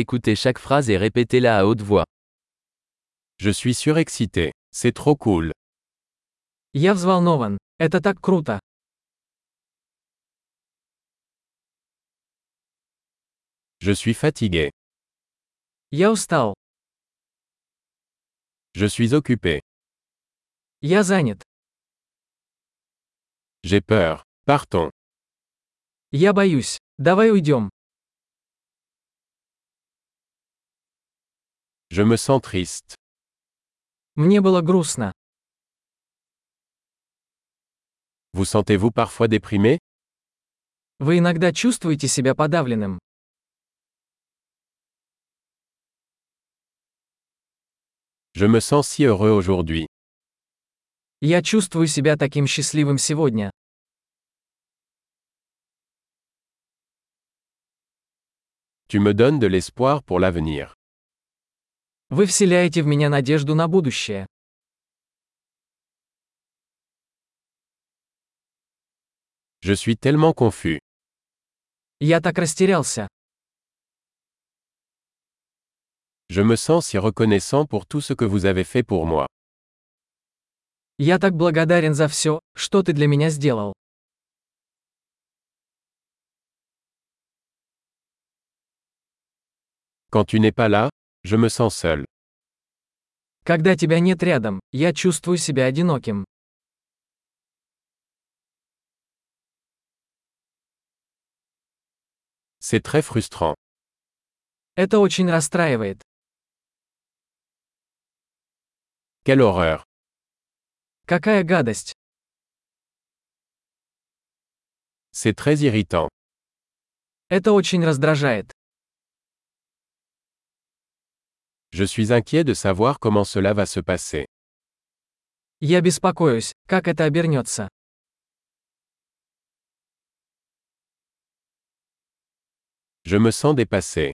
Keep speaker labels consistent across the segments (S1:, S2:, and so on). S1: Écoutez chaque phrase et répétez-la à haute voix.
S2: Je suis surexcité. C'est trop cool.
S3: Я взволнован. Это так круто.
S2: Je suis fatigué.
S3: Я устал.
S2: Je suis occupé.
S3: Я занят.
S2: J'ai peur. Partons.
S3: Я боюсь. Давай уйдем.
S2: Je me sens triste.
S3: Мне было грустно.
S2: Vous sentez-vous parfois déprimé
S3: Вы иногда чувствуете себя подавленным.
S2: Je me sens si heureux aujourd'hui.
S3: Я чувствую себя таким счастливым сегодня.
S2: Tu me donnes de l'espoir pour l'avenir.
S3: Вы вселяете в меня надежду на будущее.
S2: Je suis tellement confus.
S3: Я так растерялся.
S2: Je me sens si reconnaissant pour tout ce que vous avez fait pour moi.
S3: Я так благодарен за все, что ты для меня сделал.
S2: Quand tu n'es pas là, je me sens seul.
S3: Когда тебя нет рядом, я чувствую себя одиноким.
S2: C'est très frustrant.
S3: Это очень расстраивает.
S2: Quelle horreur.
S3: Какая гадость.
S2: C'est très irritant.
S3: Это очень раздражает.
S2: Je suis inquiet de savoir comment cela va se passer.
S3: Я беспокоюсь, как это обернется.
S2: Je me sens dépassé.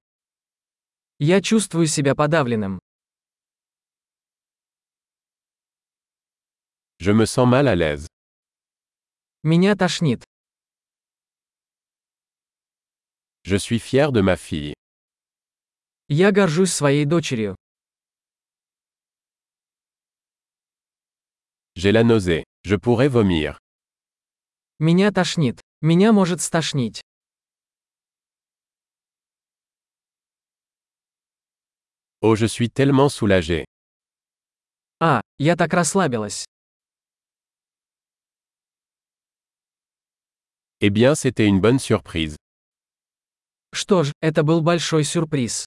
S3: Я чувствую себя подавленным.
S2: Je me sens mal à l'aise.
S3: Меня тошнит.
S2: Je suis fier de ma fille.
S3: Я горжусь своей дочерью.
S2: J'ai la nausée. Je pourrais vomir.
S3: Меня тошнит. Меня может стошнить.
S2: Oh, je suis tellement soulagé.
S3: А, я так расслабилась.
S2: Eh bien, c'était une bonne surprise.
S3: Что ж, это был большой сюрприз.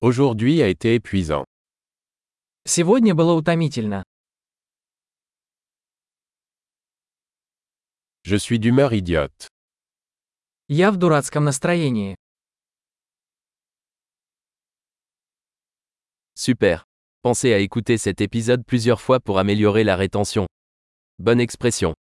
S2: Aujourd'hui a été épuisant.
S3: Сегодня было утомительно.
S2: Je suis d'humeur idiote.
S3: Я в дурацком настроении.
S1: Super. Pensez à écouter cet épisode plusieurs fois pour améliorer la rétention. Bonne expression.